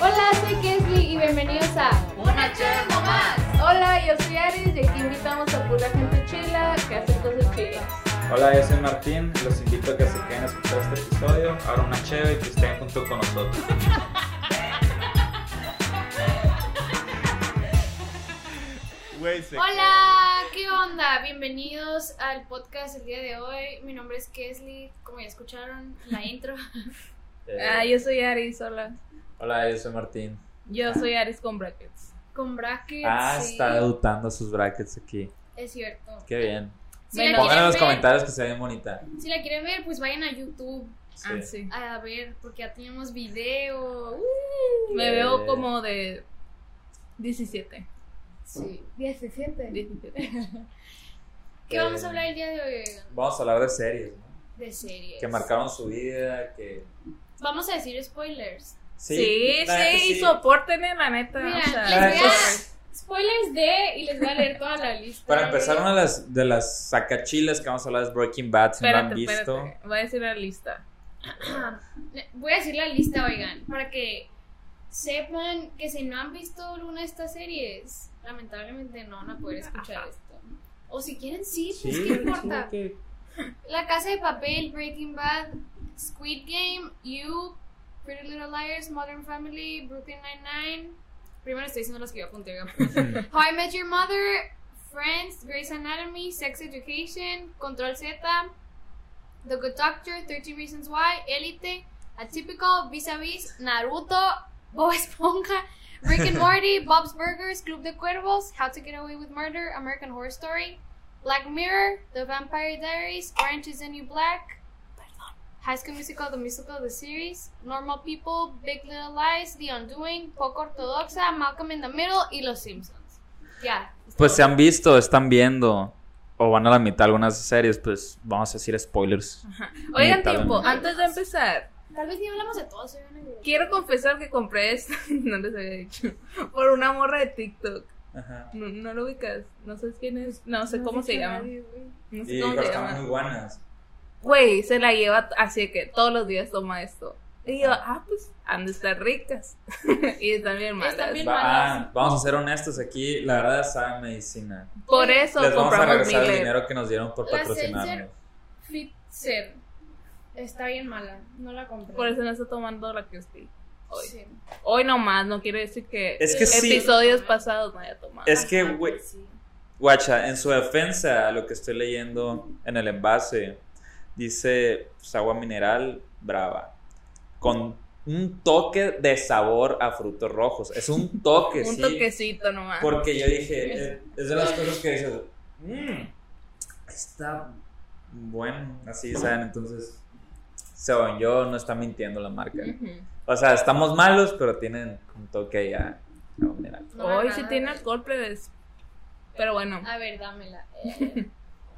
Hola, soy Kesley y bienvenidos a ¡Una chemo más! Hola, yo soy Aris y aquí invitamos a pura gente chila que hace cosas chilas. Hola, yo soy Martín. Los invito a que se queden a escuchar este episodio. Ahora una chévere y que estén junto con nosotros. Güey, se- Hola, ¿qué onda? Bienvenidos al podcast el día de hoy. Mi nombre es Kesley, como ya escucharon en la intro. Eh, Ah, yo soy Aris, hola. Hola, yo soy Martín. Yo soy Aris con brackets. Con brackets. Ah, sí. está debutando sus brackets aquí. Es cierto. Qué bien. Si la, Pongan Bueno, en quieren los ver, comentarios que sea bien bonita. si la quieren ver, pues vayan a YouTube Sí. Ah, sí. a ver, porque ya tenemos video. Uh, Me Eh. veo como de 17. sí. 17. 17. ¿Qué Eh, vamos a hablar el día de hoy? oigan? Vamos a hablar de series ¿no? De series. que marcaron su vida. Que... Vamos a decir spoilers. Sí, sí, la neta y soportenme, la neta. Mira, o sea, les La voy neta a- es- Spoilers de y les voy a leer toda la lista. Para empezar, una de las, de las sacachilas que vamos a hablar es Breaking Bad. Si no la han espérate, visto, espérate. Voy a decir la lista. Voy a decir la lista, oigan, para que sepan que si no han visto alguna de estas series, lamentablemente no van a poder escuchar esto. O si quieren, sí, pues qué importa. que- La Casa de Papel, Breaking Bad, Squid Game, You, Pretty Little Liars, Modern Family, Brooklyn Nine-Nine. Primero estoy diciendo las que yo apunté. oigan. How I Met Your Mother, Friends, Grey's Anatomy, Sex Education, Control Z, The Good Doctor, 13 Reasons Why, Elite, Atypical, Vis a Vis, Naruto, Bob Esponja, Rick and Morty, Bob's Burgers, Club de Cuervos, How to Get Away with Murder, American Horror Story, Black Mirror, The Vampire Diaries, Orange is the New Black, High School Musical, The Musical, The Series, Normal People, Big Little Lies, The Undoing, Poco Ortodoxa, Malcolm in the Middle y Los Simpsons. Ya. Pues se han visto, están viendo o van a la mitad algunas series, pues vamos a decir spoilers. Oigan, Neta, la tiempo, neta. antes de empezar, Tal vez ni hablamos de todos. ¿eh? Bueno, quiero confesar que compré esto. no les había dicho. Por una morra de TikTok. No, no lo ubicas. No sabes quién es. No sé cómo se llama. No sé Y cómo pero se están llama. muy buenas. Güey, se la lleva t- así de que todos los días toma esto. Y yo, ah, pues han de estar ricas. y están bien malas. Están bien- Va- malas. ah, vamos a ser honestos aquí, la verdad saben medicina. Por eso Les vamos a compramos regresar el miles. dinero que nos dieron por La patrocinarnos. Seltzer. Fitzer. Está bien mala. No la compré. Por eso no está tomando la que estoy. Hoy. Sí. Hoy nomás, no quiere decir que, Es que sí. episodios pasados no haya tomado. Es que, Ajá, güey, sí. guacha, en su defensa, lo que estoy leyendo en el envase, dice pues, agua mineral brava, con un toque de sabor a frutos rojos. Es un toque, Un sí. toquecito nomás. Porque yo dije, eh, es de las cosas que dices, "Mm, está bueno, así, ¿saben? Entonces, según yo, no está mintiendo la marca. Ujú. O sea, estamos malos, pero tienen un toque ya. No, mira. No, Hoy nada. sí tiene alcohol, plebes. Pero bueno, A ver, dámela. Eh,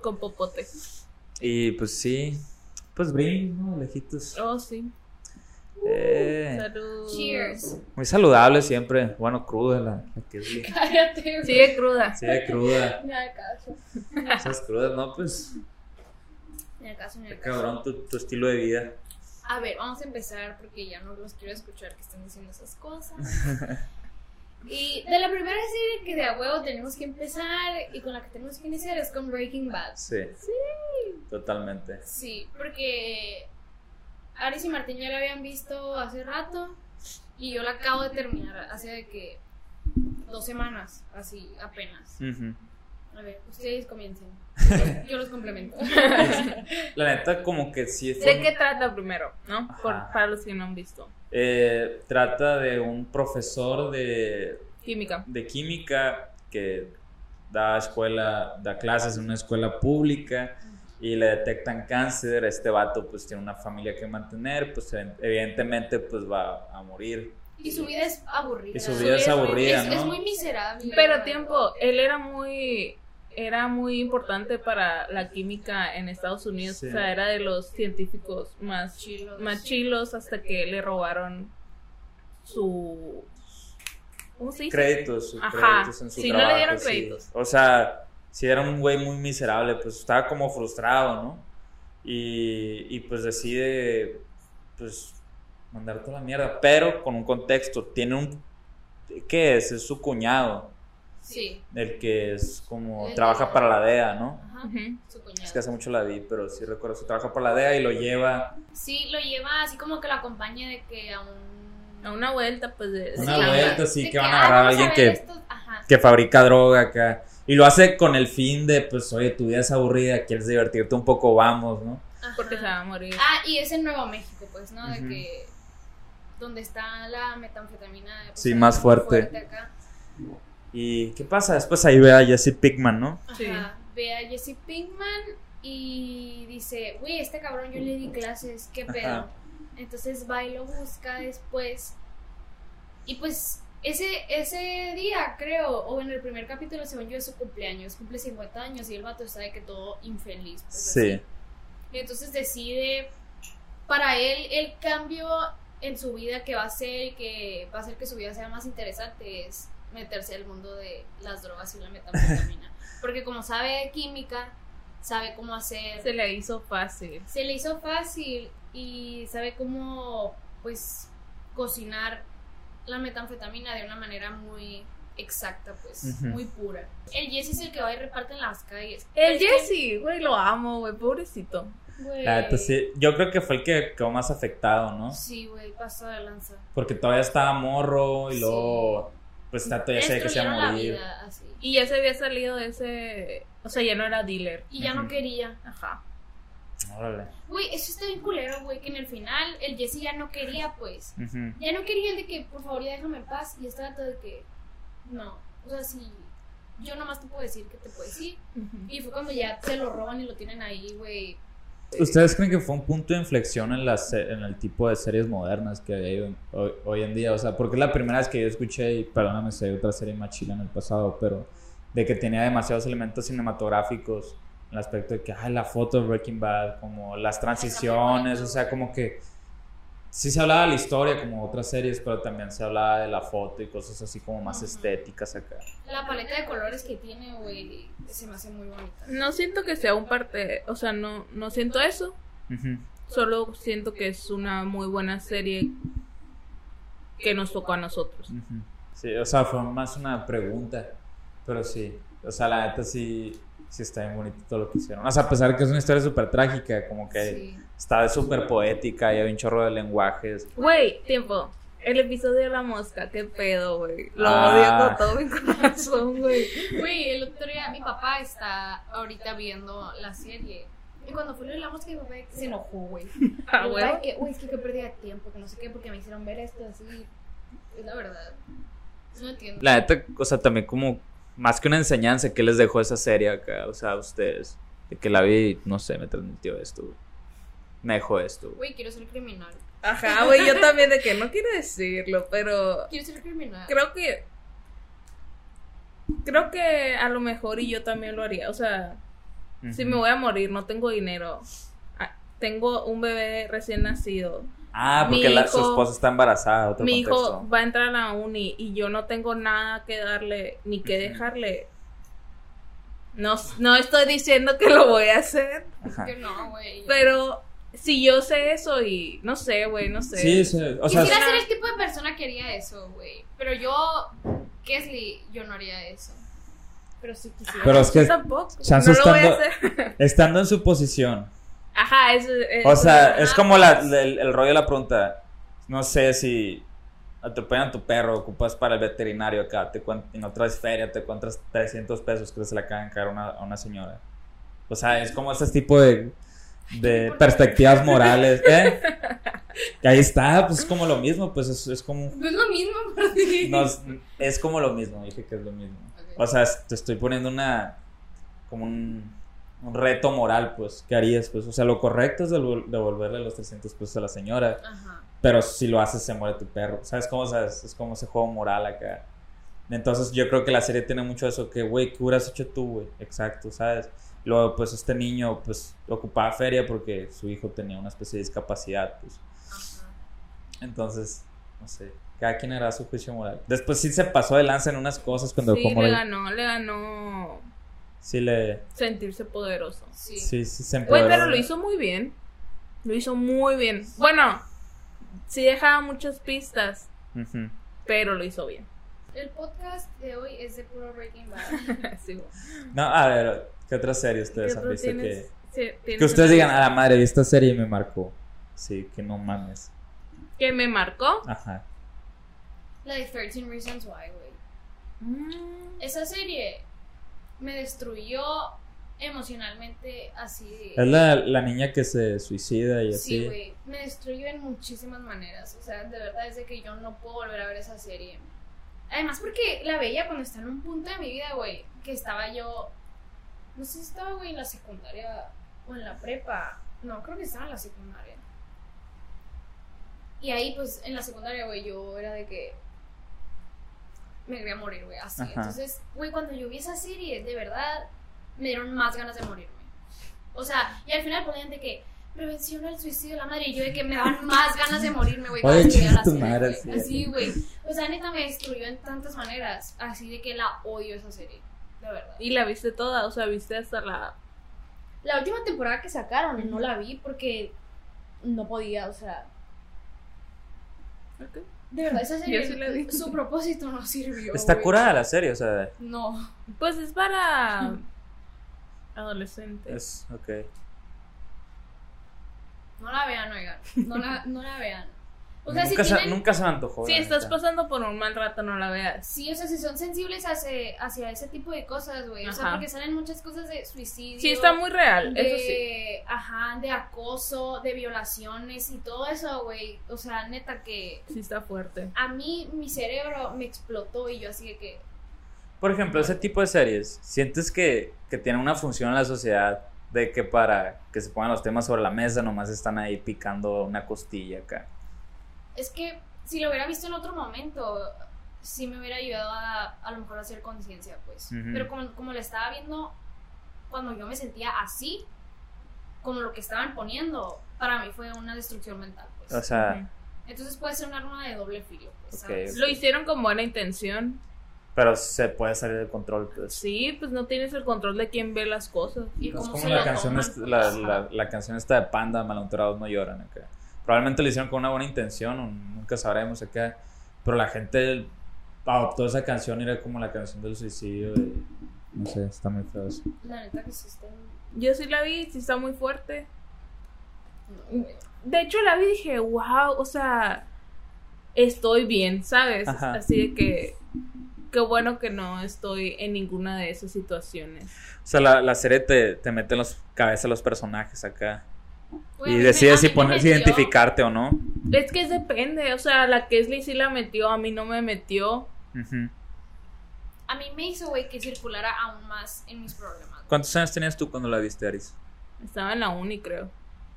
con popote. Y pues sí, pues brinco, lejitos. Oh, sí. Eh, Salud. cheers. muy saludable siempre. Bueno, cruda la, la que es. Cállate, güey. Sigue cruda. Sí, cruda. Ni al caso. Esas crudas, ¿no? Pues, Ni al caso, ni qué al caso. cabrón tu, tu estilo de vida. A ver, vamos a empezar porque ya no los quiero escuchar que estén diciendo esas cosas. Y de la primera serie que de a huevo tenemos que empezar y con la que tenemos que iniciar es con Breaking Bad. Sí. Sí. Totalmente. Sí, porque Aris y Martín ya la habían visto hace rato y yo la acabo de terminar hace de que dos semanas, así apenas. Ujú. A ver, ustedes comiencen. Yo los complemento. La neta, como que sí fue- ¿De qué trata primero? ¿No? Por- Ajá. para los que no han visto. eh, trata de un profesor de, Química. de química que da escuela, da clases en una escuela pública y le detectan cáncer. Este vato pues tiene una familia que mantener, pues evidentemente pues va a morir. Y su vida es aburrida. Y su vida es aburrida, es, ¿no? es muy miserable. Pero tiempo, él era muy era muy importante para la química en Estados Unidos, Sí. o sea, era de los científicos más Chilos. más chilos hasta que le robaron su ¿cómo se dice? Créditos, sus Ajá. créditos en su Sí, no le trabajo. dieron sí. créditos. O sea, si era un güey muy miserable, pues estaba como frustrado, ¿no? Y, y, pues decide pues Mandar toda la mierda. Pero con un contexto. Tiene un. ¿Qué es? Es su cuñado. Sí. El que es como. El- Trabaja para la DEA, ¿no? Ajá. Ujú. Su Es que cuñado. hace mucho la vi, pero sí recuerdo. Su trabaja para la DEA y lo lleva. Sí, lo lleva así como que lo acompaña de que a un. A una vuelta, pues de. Una sí, de- vuelta, sí, de que van a agarrar a ah, vamos alguien ver que- estos- Ajá. Que fabrica droga acá. Y lo hace con el fin de, pues, oye, tu vida es aburrida, quieres divertirte un poco, vamos, ¿no? ajá. Porque se va a morir. Ah, y es en Nuevo México, pues, ¿no? De Ujú. que. Donde está la metanfetamina. pues, Sí, ahí más fuerte. acá. ¿Y qué pasa? Después ahí ve a Jesse Pickman, ¿no? Ajá. Sí. Ve a Jesse Pinkman y dice: Güey, este cabrón yo le di clases, qué pedo. Ajá. Entonces va y lo busca después. Y pues. Ese, ese día, creo, o en el primer capítulo, según yo, es su cumpleaños. Cumple 50 años y el vato está de que todo infeliz. pues, así. Sí. Y entonces decide, para él, el cambio en su vida que va a hacer, que va a hacer que su vida sea más interesante, es meterse al mundo de las drogas y la metanfetamina. Porque como sabe de química, sabe cómo hacer, Se le hizo fácil. se le hizo fácil y sabe cómo, pues, cocinar la metanfetamina de una manera muy exacta, pues, Ujú. muy pura. El Jesse es el que va y reparte en las calles. El Jesse, güey, lo amo, güey, pobrecito. Güey. La neta, sí. Yo creo que fue el que quedó más afectado, ¿no? Sí, güey, pasó de lanza. Porque todavía estaba morro y Sí. luego, pues, está todavía se ve que se va Destruyeron a la morir. vida, así. Y, Y ya se había salido de ese. O sea, ya no era dealer. y ya Ujú. no quería. Ajá. Órale. Güey, eso está bien culero, güey, que en el final el Jesse ya no quería, pues. Ujú. Ya no quería el de que, por favor, ya déjame en paz. Y estaba todo de que, no. O sea, si yo nomás te puedo decir que te puedo decir. Y fue cuando ya se lo roban y lo tienen ahí, güey. ¿Ustedes creen que fue un punto de inflexión en, la se- en el tipo de series modernas que hay hoy, hoy- hoy en día? O sea, porque es la primera vez que yo escuché, y perdóname si hay otra serie más chila en el pasado, pero de que tenía demasiados elementos cinematográficos, en el aspecto de que, ay, la foto de Breaking Bad, como las transiciones, o sea, como que sí se hablaba de la historia como otras series, pero también se hablaba de la foto y cosas así como más Ujú. estéticas acá. La paleta de colores que tiene, güey, se me hace muy bonita. No siento que sea un parte. O sea, no, no siento eso. Ujú. Solo siento que es una muy buena serie que nos tocó a nosotros. Ujú. Sí, o sea, fue más una pregunta, pero sí, o sea, la neta sí, sí está bien bonito todo lo que hicieron. O sea, a pesar de que es una historia súper trágica, como que Sí. está súper poética y hay un chorro de lenguajes. Güey, tiempo. El episodio de la mosca, qué pedo, güey. Lo Ah. odio con todo mi corazón, güey. Güey, el otro día mi papá está ahorita viendo la serie. Y cuando fue lo de la mosca, mi papá se enojó, güey. Ah, Mi güey. papá de que, Uy, es que qué pérdida de tiempo, que no sé qué, porque me hicieron ver esto así. Es la verdad. No entiendo. La neta, o sea, también como más que una enseñanza que les dejó esa serie acá, o sea, a ustedes, de que la vi, no sé, me transmitió esto, güey. me dejó esto. güey. Güey, quiero ser criminal. Ajá, güey, yo también de que no quiero decirlo, pero Quiero ser criminal. creo que creo que a lo mejor y yo también lo haría, o sea, si Ujú. me voy a morir, no tengo dinero. ah, Tengo un bebé recién nacido. Ah, mi porque la- su hijo- esposa está embarazada, otro Mi hijo contexto. va a entrar a la uni y yo no tengo nada que darle ni que Ujú. dejarle. No, no estoy diciendo que lo voy a hacer, Ajá. Yo no, güey. pero si yo sé eso y no sé, güey, no sé. Sí, sí, o sea, Quisiera ser el tipo de persona que haría eso, güey. Pero yo, Kesley, yo no haría eso. Pero sí quisiera. pero es Yo que tampoco. chance no lo voy a estando- hacer. estando en su posición, Ajá, eso es. O sea, Ah, es como la, la- el, el rollo de la pregunta. No sé si atropellan a tu perro, ocupas para el veterinario acá, te cuen- en otra feria te encuentras 300 pesos que se le acaban de caer a una, a una señora. O sea, es como ese tipo de, de perspectivas morales. ¿eh? Que ahí está, pues es como lo mismo, pues es, es como... No es lo mismo, pero sí. no, es- es como lo mismo, dije que es lo mismo. O sea, es- te estoy poniendo una... como un, un reto moral, pues, ¿qué harías? Pues, o sea, lo correcto es devol- devolverle los 300 pesos a la señora. Ajá. Pero si lo haces, se muere tu perro. ¿Sabes cómo? O sea, es, es como ese juego moral acá. Entonces, yo creo que la serie tiene mucho eso que, güey, ¿qué hubieras hecho tú, güey? Exacto, ¿sabes? Luego, pues, este niño, pues, ocupaba feria porque su hijo tenía una especie de discapacidad, pues. Ajá. Entonces, no sé. Cada quien hará su juicio moral. Después sí se pasó de lanza en unas cosas cuando sí, como le le- ganó, le ganó sí le... sentirse poderoso. Sí. Sí, sí se Güey, empoderó. pero lo hizo muy bien. Lo hizo muy bien. Bueno, sí dejaba muchas pistas, Ujú. pero lo hizo bien. El podcast de hoy es de puro Breaking Bad. Sí, güey. No, a ver, ¿qué otra serie ustedes ¿Qué han otro visto tienes? que, Sí, tienes que ustedes una- digan, "Ah". a la madre, vi esta serie y me marcó? Sí, que no mames. que me marcó. Ajá. La de 13 Reasons Why, güey. Mm. Esa serie me destruyó emocionalmente así. Es la, la niña que se suicida y Sí, así. güey. Me destruyó en muchísimas maneras. O sea, de verdad es de que yo no puedo volver a ver esa serie. Además, porque la veía cuando estaba en un punto de mi vida, güey. Que estaba yo. No sé si estaba, güey, en la secundaria o en la prepa. No, creo que estaba en la secundaria. Y ahí, pues, en la secundaria, güey, yo era de que. Me quería morir, güey, así. Ajá. Entonces, güey, cuando yo vi esa serie, de verdad, me dieron más ganas de morirme. O sea, y al final ponían de que prevención al suicidio, la madre, y yo de que me daban más ganas de morirme, güey. Oye, cuando llegué a la chinga tu serie, madre, güey. sí. Así, güey. O sea, neta me destruyó en tantas maneras. Así de que la odio esa serie, de verdad. Y la viste toda, o sea, viste hasta la. La última temporada que sacaron no la vi porque no podía, o sea, de verdad esa serie, Yo sí la vi. su propósito no sirvió. Está güey. curada la serie, o sea, No. Pues es para Mm. adolescentes. es. Ok. No la vean, oigan. No la, no la vean. O sea, nunca, si se, tienen... nunca se me antojó. Si la estás neta. pasando por un mal rato, no la veas. Sí, o sea, si son sensibles hacia, hacia ese tipo de cosas, güey. O sea, Ajá. porque salen muchas cosas de suicidio. Sí, está muy real, de, eso sí. Ajá, de acoso, de violaciones y todo eso, güey. O sea, neta que Sí, está fuerte. a mí mi cerebro me explotó y yo así de que... Por ejemplo, ese tipo de series, ¿sientes que, que tienen una función en la sociedad de que para que se pongan los temas sobre la mesa nomás están ahí picando una costilla acá? Es que si lo hubiera visto en otro momento, sí me hubiera ayudado a a lo mejor a hacer conciencia, pues. Ujú. Pero como, como la estaba viendo cuando yo me sentía así, como lo que estaban poniendo, para mí fue una destrucción mental, pues. O sea, Entonces puede ser un arma de doble filo, pues, Ok. ¿sabes? Lo hicieron con buena intención. pero se puede salir de control. Pues. Sí, pues no tienes el control de quién ve las cosas. Y Es cómo como se la lo canción, toman, esta- la, pues, la- la canción esta de Panda, Malentonados no lloran acá. Probablemente lo hicieron con una buena intención, o nunca sabremos acá. Pero la gente adoptó esa canción y era como la canción del suicidio. y no sé, está muy feo eso. La neta que sí está... no, Yo sí la vi, sí está muy fuerte. güey. De hecho, la vi y dije, wow, o sea, estoy bien, ¿sabes? Ajá. Así de que, qué bueno que no estoy en ninguna de esas situaciones. O sea, la, la serie te, te mete en la cabeza los personajes acá. Güey, a mí Pues, Y me- decides a si mí me pones si metió- identificarte o no. Es que depende, o sea, la Kesley sí la metió, a mí no me metió. Ujú. A mí me hizo, güey, que circulara aún más en mis problemas. ¿Cuántos años tenías tú cuando la viste, Aris? Estaba en la uni, creo.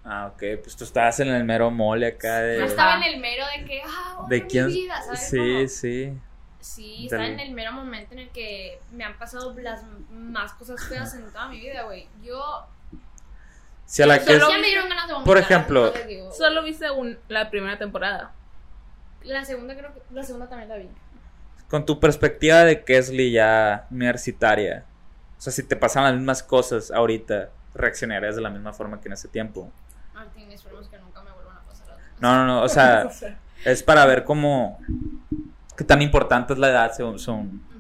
Ah, ok. Pues tú estabas en el mero mole acá de... No estaba en el mero de que, ah, odio Eh, ¿De mi quién? vida, ¿sabes? sí, Como- sí. Sí, estaba Del- en el mero momento en el que me han pasado las m- más cosas feas en toda mi vida, güey. Yo. Si a la que... Solo- ya me dieron ganas de vomitar. Por ejemplo, no les digo. Solo viste un- la primera temporada. La segunda, creo que. La segunda también la vi. Con tu perspectiva de Kesley ya universitaria. O sea, si te pasan las mismas cosas ahorita, reaccionarías de la misma forma que en ese tiempo. Martín, esperemos que nunca me vuelvan a pasar algo. No, no, no. O sea, es para ver cómo... Qué tan importante es la edad según, según Ujú.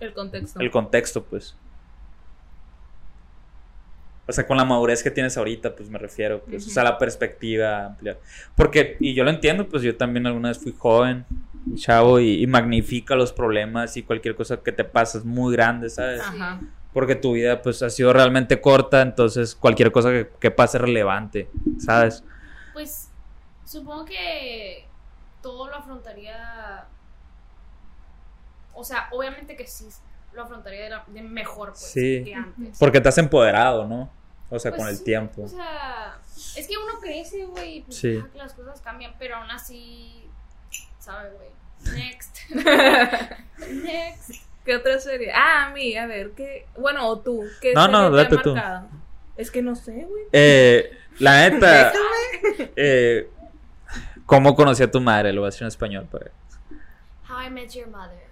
El contexto. el contexto, pues. O sea, con la madurez que tienes ahorita, pues me refiero, pues, o sea, la perspectiva amplia. Porque, y yo lo entiendo, pues yo también alguna vez fui joven, chavo, y, y magnifica los problemas y cualquier cosa que te pasa es muy grande, ¿sabes? Ajá. Porque tu vida, pues, ha sido realmente corta, entonces cualquier cosa que, que pase es relevante, ¿sabes? Pues supongo que todo lo afrontaría. O sea, obviamente que sí lo afrontaría de, la- de mejor pues, Sí. que antes. Porque te has empoderado, ¿no? O sea, Pues con el sí, tiempo. O sea, es que uno crece, güey, y pues, Sí. ah, que las cosas cambian, pero aún así, sabe, güey. Next. Next. ¿Qué otra serie? Ah, a mí, a ver, ¿qué? Bueno, o tú. ¿Qué No, no, serie te ha date tú. marcado? Es que no sé, güey. Eh, la neta. eh, ¿Cómo conocí a tu madre? Lo voy a decir en español. Para... How I Met Your Mother.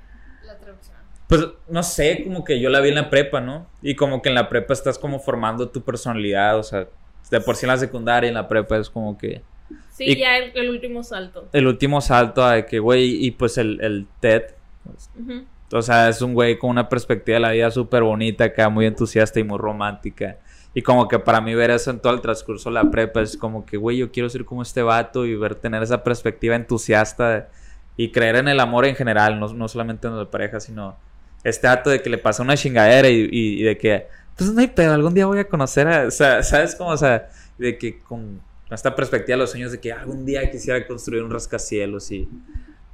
La traducción. Pues no sé, como que yo la vi en la prepa, ¿no? Y como que en la prepa estás como formando tu personalidad, o sea, de por sí en la secundaria y en la prepa es como que Sí, Y- ya el, el último salto. El último salto de que, güey, y pues el, el TED. Ujú. O sea, es un güey con una perspectiva de la vida súper bonita, acá muy entusiasta y muy romántica. Y como que para mí ver eso en todo el transcurso de la prepa es como que, güey, yo quiero ser como este vato y ver tener esa perspectiva entusiasta de- y creer en el amor en general, no, no solamente en la pareja, sino este vato de que le pasa una chingadera y, y- y de que, pues no hay pedo, algún día voy a conocer a, o sea, ¿sabes cómo? O sea, de que con esta perspectiva de los sueños de que algún día quisiera construir un rascacielos y,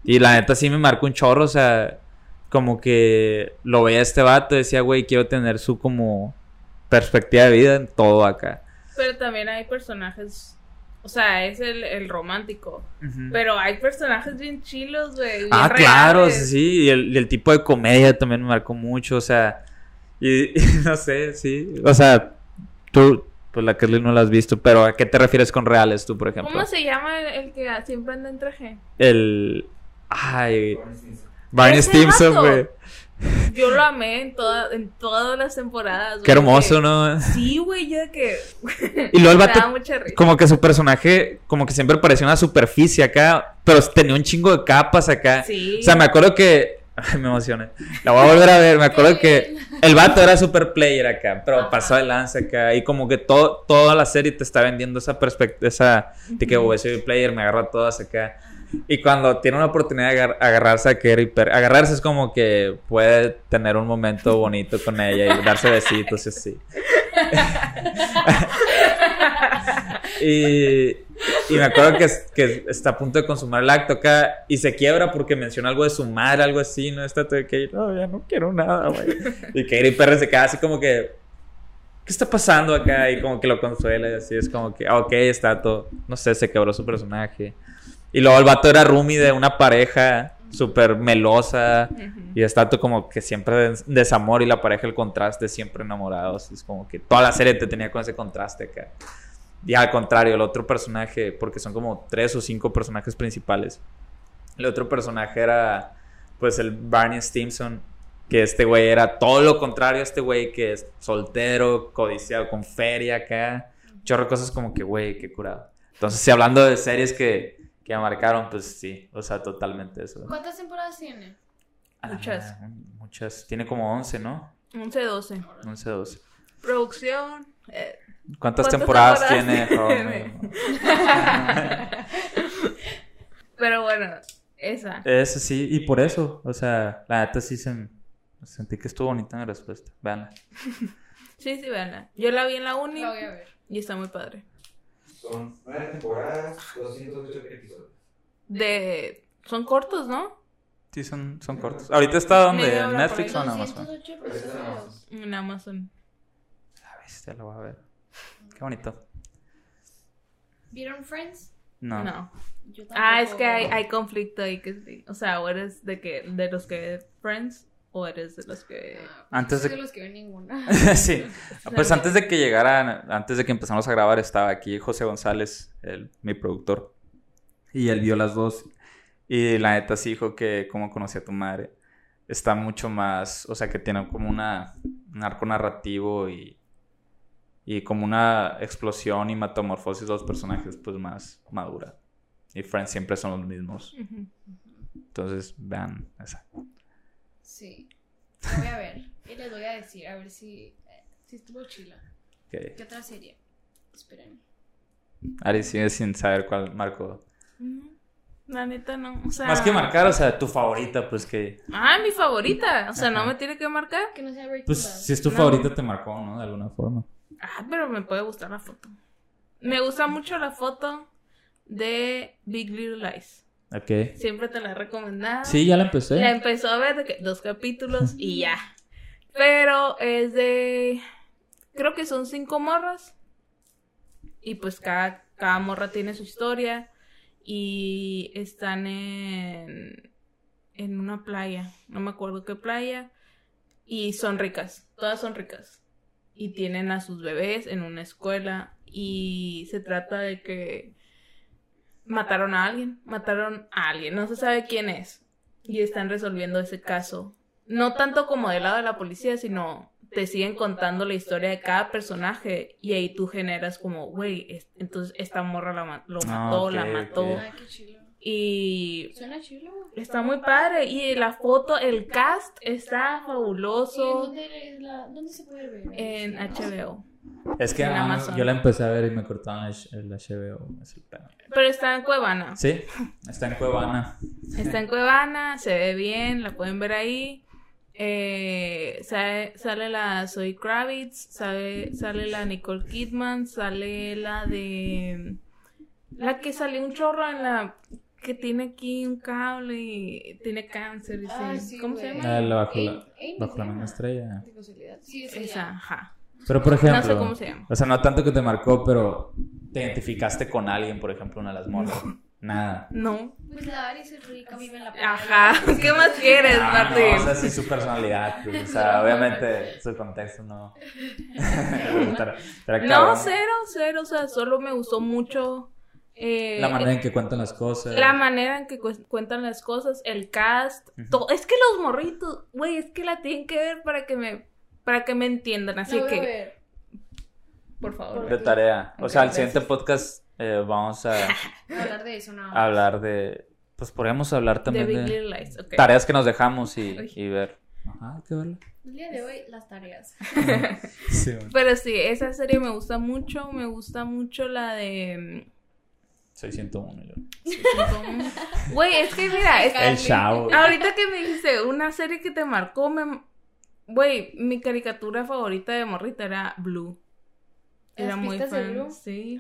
y la neta sí me marcó un chorro, o sea como que lo veía este vato y decía, güey, quiero tener su como perspectiva de vida en todo acá. Pero también hay personajes. O sea, es el, el romántico. Pero hay personajes bien chilos, güey. bien ah, claro, reales. sí, y el, y el tipo de comedia también me marcó mucho, o sea, y, y no sé, sí, o sea, tú, pues la Kerly no la has visto, pero ¿a qué te refieres con reales tú, por ejemplo? ¿Cómo se llama el, el que siempre anda en traje? El... Ay, Barney Ese Stimson, vato. güey. Yo lo amé en, toda, en todas las temporadas. güey, Qué hermoso, porque- ¿no? Sí, güey, yo de que. Y luego el me vato daba mucha risa. como que su personaje, como que siempre parecía una superficie acá, pero tenía un chingo de capas acá. Sí. O sea, me acuerdo que. Ay, me emocioné. La voy a volver a ver. Me acuerdo que el vato era super player acá, pero Ajá. pasó de lanza acá. Y como que todo, toda la serie te está vendiendo esa perspectiva, esa de que, güey, soy player, me agarro a todas acá. Y cuando tiene una oportunidad de agar- agarrarse a Kerry, per- agarrarse es como que puede tener un momento bonito con ella y darse besitos y así. y, y me acuerdo que, es- que está a punto de consumar el acto acá y se quiebra porque menciona algo de su madre, algo así, ¿no? Está todo de que, no, ya no quiero nada, güey. Y Katy Perry se queda así como que, ¿qué está pasando acá? Y como que lo consuela y así es como que, ah, ok, está todo, no sé, se quebró su personaje. Y luego el vato era roomie de una pareja súper melosa. Ujú. Y está todo como que siempre des- desamor y la pareja, el contraste, siempre enamorados. Es como que toda la serie te tenía con ese contraste acá. Y al contrario, el otro personaje, porque son como tres o cinco personajes principales. El otro personaje era, pues, el Barney Stimson. Que este güey era todo lo contrario a este güey que es soltero, codiciado, con feria acá. Chorro de cosas como que, güey, qué curado. Entonces, si hablando de series que, que me marcaron, pues sí, o sea, totalmente eso. ¿Cuántas temporadas tiene? Muchas. Ah, muchas. Tiene como 11, ¿no? 11, 12. 11, 12. Producción. eh, ¿Cuántas, ¿Cuántas temporadas, temporadas tiene? Oh, How I tiene? Met Your Mother? pero bueno, esa. Eso sí, y por eso, o sea, la neta sí se, sentí que estuvo bonita mi respuesta. Veanla. Sí, sí, véanla. Yo la vi en la uni La voy a ver. y está muy padre. Son nueve temporadas, 208 episodios. De... Son cortos, ¿no? Sí, son, son cortos. ¿Ahorita está dónde? Media ¿En hora Netflix o por en Amazon? 208 episodios. En Amazon. La bestia, lo voy a ver. Qué bonito. ¿Vieron Friends? No. No. Yo tampoco. Ah, es que hay, hay conflicto ahí que sí. O sea, o eres de que de los que ven Friends o eres de los que Ah, este, pues Antes Antes de... de- los que ven ninguna. sí. Pues antes de que llegara, antes de que empezamos a grabar, estaba aquí José González, el- mi productor. Y él vio las dos. Y la neta sí dijo que cómo conocí a tu madre. Está mucho más, o sea, que tiene como una, un arco narrativo y, y como una explosión y metamorfosis de los personajes, pues más madura. Y Friends siempre son los mismos. Ujú. Entonces, vean esa. Sí. La voy a ver. Y les voy a decir, a ver si, eh, si estuvo chila. Ok. ¿Qué otra serie? Esperen. Ari sigue sin saber cuál marco. Ujú. La neta no, o sea... Más que marcar, o sea, tu favorita, pues que. Ah, mi favorita. O sea, no Ajá. me tiene que marcar. Que no sea Breaking Pues Bad. si es tu No. favorita te marcó, ¿no? De alguna forma. Ah, pero me puede gustar la foto. Me gusta mucho la foto de Big Little Lies. Ok. Siempre te la he recomendado. Sí, ya la empecé. La em- empezó a ver de que dos capítulos y ya. Pero es de. Creo que son cinco morras. Y pues cada, cada morra tiene su historia. Y están en. En una playa. No me acuerdo qué playa. Y son ricas. Todas son ricas. Y tienen a sus bebés en una escuela. Y se trata de que. Mataron a alguien. Mataron a alguien. No se sabe quién es y están resolviendo ese caso. No tanto como del lado de la policía, sino te siguen contando la historia de cada personaje y ahí tú generas como, güey, es- entonces esta morra la ma- lo Ah, mató, la ok, mató. ok. Ay, Ah, qué chilo. Y Suena chilo, güey. está muy padre. Y la foto, el cast está fabuloso ¿Dónde, es la- ¿Dónde se puede ver? Ah, en HBO. Es que En ah, Amazon. yo la empecé a ver y me cortaban el, H- el HBO. es el pedo. Pero está en Cuevana. Sí, está en Cuevana. Está en Cuevana, se ve bien, la pueden ver ahí. Eh, sale, sale la Zoe Kravitz, sale, sale la Nicole Kidman, sale la de... La que salió un chorro en la... Que tiene aquí un cable y tiene cáncer. y se- Ah, sí, ¿Cómo se güey. llama? Ah, la bajo la, Amy- Amy bajo se la llama. misma estrella. De casualidad. Pues Sí, es Esa, ella. ajá. Pero por ejemplo, No sé cómo se llama. o sea, no tanto que te marcó, pero te identificaste con alguien, por ejemplo, una de las morras. Nada. No. Pues la Aris es rica, vive en la playa. Ajá. ¿Qué más quieres, Ah, no, o sea, Martín? sí, su personalidad. pues, o sea, obviamente su contexto no. Estará- estará No, cabrón. cero, cero. O sea, solo me gustó mucho... eh, La manera en que cuentan las cosas. La manera en que cues- cuentan las cosas, el cast, Ujú. todo. Es que los morritos, güey, es que la tienen que ver para que me, para que me entiendan. Así La voy a que, ver. por favor. de tarea. O Ok, sea, al gracias. siguiente podcast eh, vamos a Voy a hablar de eso, no. hablar de. Pues podríamos hablar The también Big de Little Lies, ok. tareas que nos dejamos y, Uy. y ver. Ajá, hay que verlo. El día de hoy, las tareas. Sí, Pero sí, esa serie me gusta mucho. Me gusta mucho la de. mm, 601. yo. Güey, es que mira, es- El chavo. ahorita que me dijiste una serie que te marcó, me. Güey, mi caricatura favorita de morrita era Blue. ¿Las Era muy pistas de fan. Blue? Sí.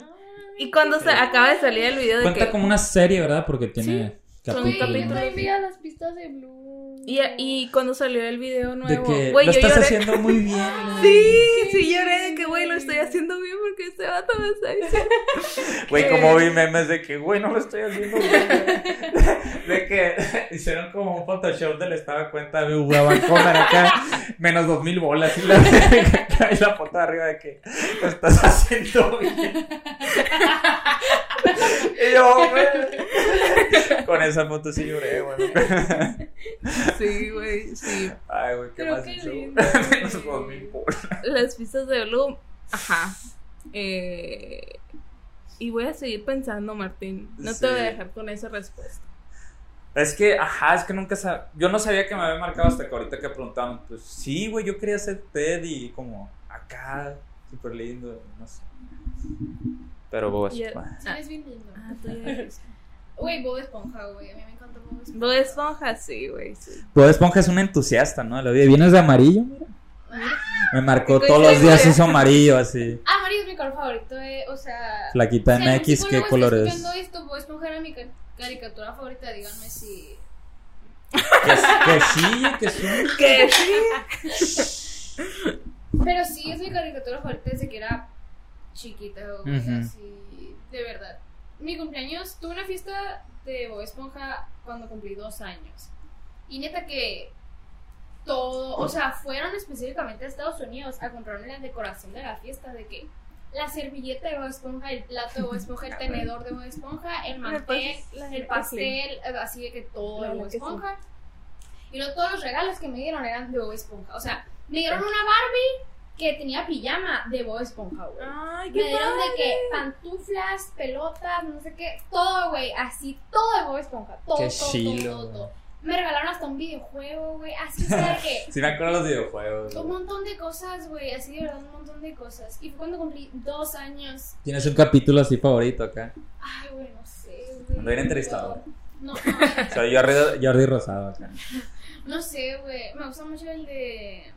Y cuando se acaba de salir el video de Cuenta que. como una serie, ¿verdad? Porque tiene son capítulos. capítulos. ¿no? Estoy viva las pistas de Blue. Y, y cuando salió el video De nuevo, que güey, lo yo estás lloré. haciendo muy bien. Sí, sí, lloré de que, güey, lo estoy haciendo bien porque este vato me está diciendo. Güey, como vi memes de que, güey, no lo estoy haciendo bien. De que hicieron como un Photoshop del estado de cuenta de una bancona acá, menos dos mil bolas y la, y la foto de arriba de que lo estás haciendo bien. Y yo, güey, con esa foto sí lloré, güey. Sí, güey, sí. Ay, güey, qué Pero más qué hizo? lindo, Menos dos mil bolas. Las pistas de Blue, ajá. Eh, y voy a seguir pensando, Martín. No Sí. te voy a dejar con esa respuesta. Es que, ajá, es que nunca sabía. Yo no sabía que me había marcado hasta que ahorita que preguntaban, pues sí, güey, yo quería ser Ted y como acá, súper lindo, no sé. Pero vos, Ya. bueno. Sí, es bien lindo. Ah, tú ya dijiste. Güey, Bob Esponja, güey. A mí me encanta Bob Esponja. Bob Esponja, sí, güey. sí. Bob Esponja es un entusiasta, ¿no? Lo vi, vienes de amarillo, mira. Me marcó Qué todos los días coincidencia. hizo amarillo, así. Ah, Mario es mi color favorito, eh. O sea. Flaquita en si algún X, ¿qué psicólogo está colores? escuchando esto, Bob Esponja era mi ca- caricatura favorita. Díganme si. ¿Qué, qué chillo, qué son? ¿Qué? Pero sí, es mi caricatura favorita desde que era chiquita, güey, Ujú. así, de verdad. Mi cumpleaños, tuve una fiesta de Bob Esponja cuando cumplí dos años. Y neta que todo, o sea, fueron específicamente a Estados Unidos a comprarme la decoración de la fiesta, de que la servilleta de Bob Esponja, el plato de Bob Esponja, el tenedor de Bob Esponja, el mantel, el pastel, eh, así de que todo de Claro Bob que sí. Esponja. Y luego todos los regalos que me dieron eran de Bob Esponja. O sea, me dieron una Barbie que tenía pijama de Bob Esponja, güey. Me Ay, Ah, qué dieron de padre. que pantuflas, pelotas, no sé qué, todo, güey, así, todo de Bob Esponja, todo, Qué todo, chilo, todo, todo, güey. todo. Me regalaron hasta un videojuego, güey, así, o sea, de que Sí, me acuerdo de los videojuegos. un güey. montón de cosas, güey, así de verdad, un montón de cosas. Y fue cuando cumplí dos años, Tienes un capítulo así favorito acá. ay, güey, no sé, güey. Cuando era entrevistado. No, no, Soy Jordi, Jordi Rosado acá. No sé, güey. Me gusta mucho el de.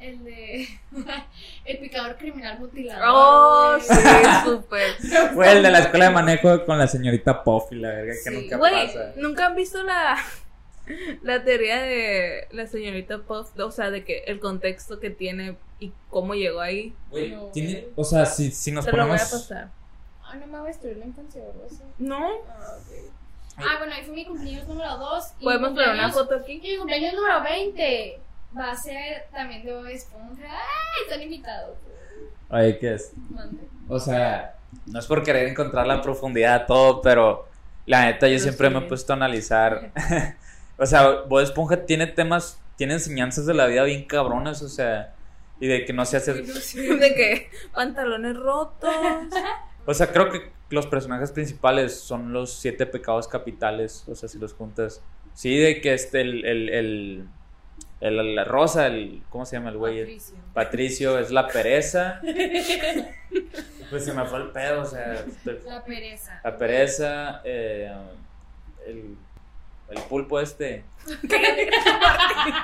El de. el picador criminal mutilador. Oh, güey. sí, súper. Güey, el de la escuela de manejo con la señorita Puffy, la verga, que Sí. nunca Güey, pasa. ¿nunca han visto la, la teoría de la señorita Puff? O sea, de que el contexto que tiene y cómo llegó ahí. Güey, No. tiene- o sea, si, si nos Te lo voy a ponemos. pasar. eh, Ah, no me va a destruir la infancia, ¿verdad? Sí. ¿No? Ah, ok. Ah, bueno, ahí fue mi cumpleaños número 2. ¿Podemos poner una foto Y aquí? mi cumpleaños número 20 va a ser también de Bob Esponja. ¡Ay! Están invitados. pues, Oye, ¿qué es? Mande. O sea, no es por querer encontrar la profundidad a todo, pero la neta, yo Pero siempre sí. me he puesto a analizar. o sea, Bob Esponja tiene temas, tiene enseñanzas de la vida bien cabronas, o sea. Y de que no se hace... De que pantalones rotos. O sea, creo que los personajes principales son los siete pecados capitales. O sea, si los juntas. Sí, de que este, el, el, el, el- la rosa, el, ¿cómo se llama el güey? Patricio. Patricio. es la pereza. pues se me fue el pedo, o sea. estoy- La pereza. La pereza, eh, el, el pulpo este.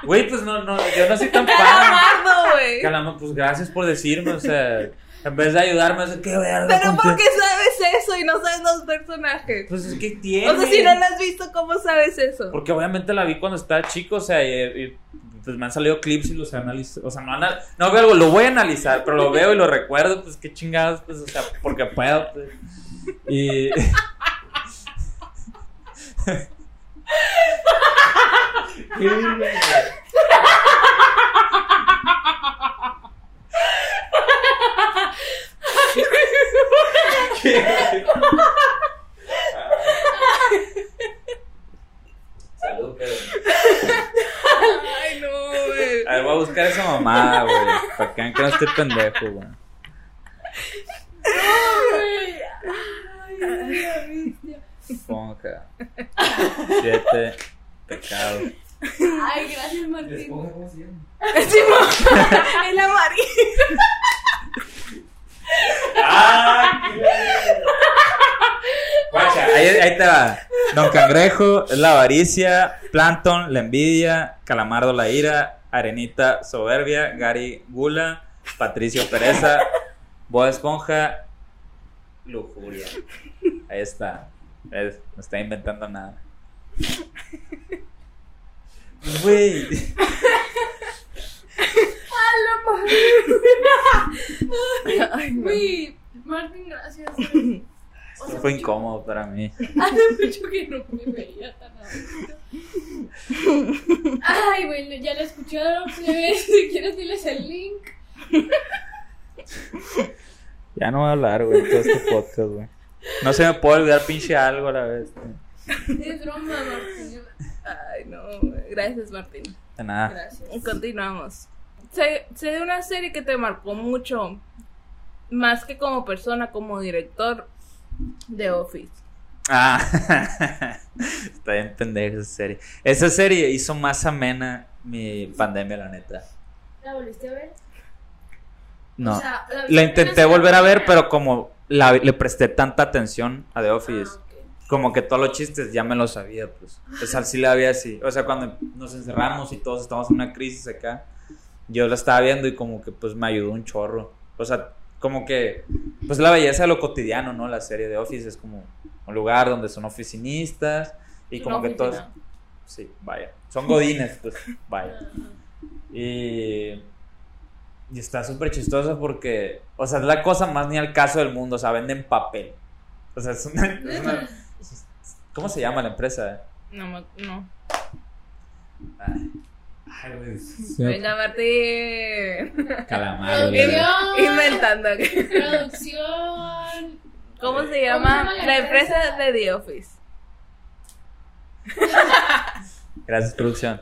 Güey, pues no, no, yo no soy tan fan. Calamardo, Ah, güey. Calama, pues gracias por decirme, o sea, en vez de ayudarme, es que verga, Pero ponte- ¿por qué sabes eso y no sabes los personajes? Pues es que tiene. O sea, si no lo has visto, ¿cómo sabes eso? Porque obviamente la vi cuando estaba chico, o sea, y, y, pues me han salido clips y los he analizado. O sea, no, ana- no veo algo, lo voy a analizar, pero lo veo y lo recuerdo, pues qué chingados, pues, o sea, porque puedo. pues. Y. Qué verga. Qué verga. Salud, pero. Ay, no, güey. A ver, voy a buscar esa mamada, güey. Para que vean que no esté pendejo, güey. Esponja. Siete pecados. Ay, gracias, ¿Les Martín. pongo cómo se llama? El amarillo. Guacha, ahí, ahí te va. Don Cangrejo, es la avaricia, Plankton, la envidia, Calamardo, la ira, Arenita, soberbia, Gary, gula, Patricio, pereza, Bob Esponja, lujuria. Ahí está. Es- no está inventando nada. Güey. Ah, Ay, no. Uy, Martín, gracias. güey. O Esto sea, fue yo- incómodo para mí. Hace mucho que no me veía tan adulto. Ay, bueno, ya lo escucharon, plebes. Si quieres, diles el link. Ya no voy a hablar, güey, todo este podcast, güey. No se me puede olvidar pinche algo a la vez. güey. Es broma, Martín. Ay, no, güey. Gracias, Martín. De nada. Gracias. Continuamos. Sé, sé de una serie que te marcó mucho, más que como persona, como director de Office. Ah, está bien pendeja esa serie. Esa serie hizo más amena mi pandemia, la neta. ¿La volviste a ver? No. O sea, ¿la viste la intenté apenas? volver a ver, pero como la- le presté tanta atención a The Office, Ah, ok. como que todos los chistes ya me los sabía, pues. O sea, sí la había así. O sea, cuando nos encerramos y todos estamos en una crisis acá, yo la estaba viendo y como que pues me ayudó un chorro. O sea, como que pues la belleza de lo cotidiano, ¿no? La serie de Office es como un lugar donde son oficinistas y como Una que todos oficina. sí, vaya, son godines, pues, Ah, vaya. Y y está súper chistoso porque, o sea, es la cosa más ni al caso del mundo, o sea, venden papel. O sea, es una, es una- ¿Cómo se llama la empresa? eh? No, me- no. Ay, güey. Venga, Martín. Ah, Calamar, güey. Producción. Inventando. Producción. ¿Cómo se ¿Cómo se llama? llama la La empresa de The Office. Gracias, producción.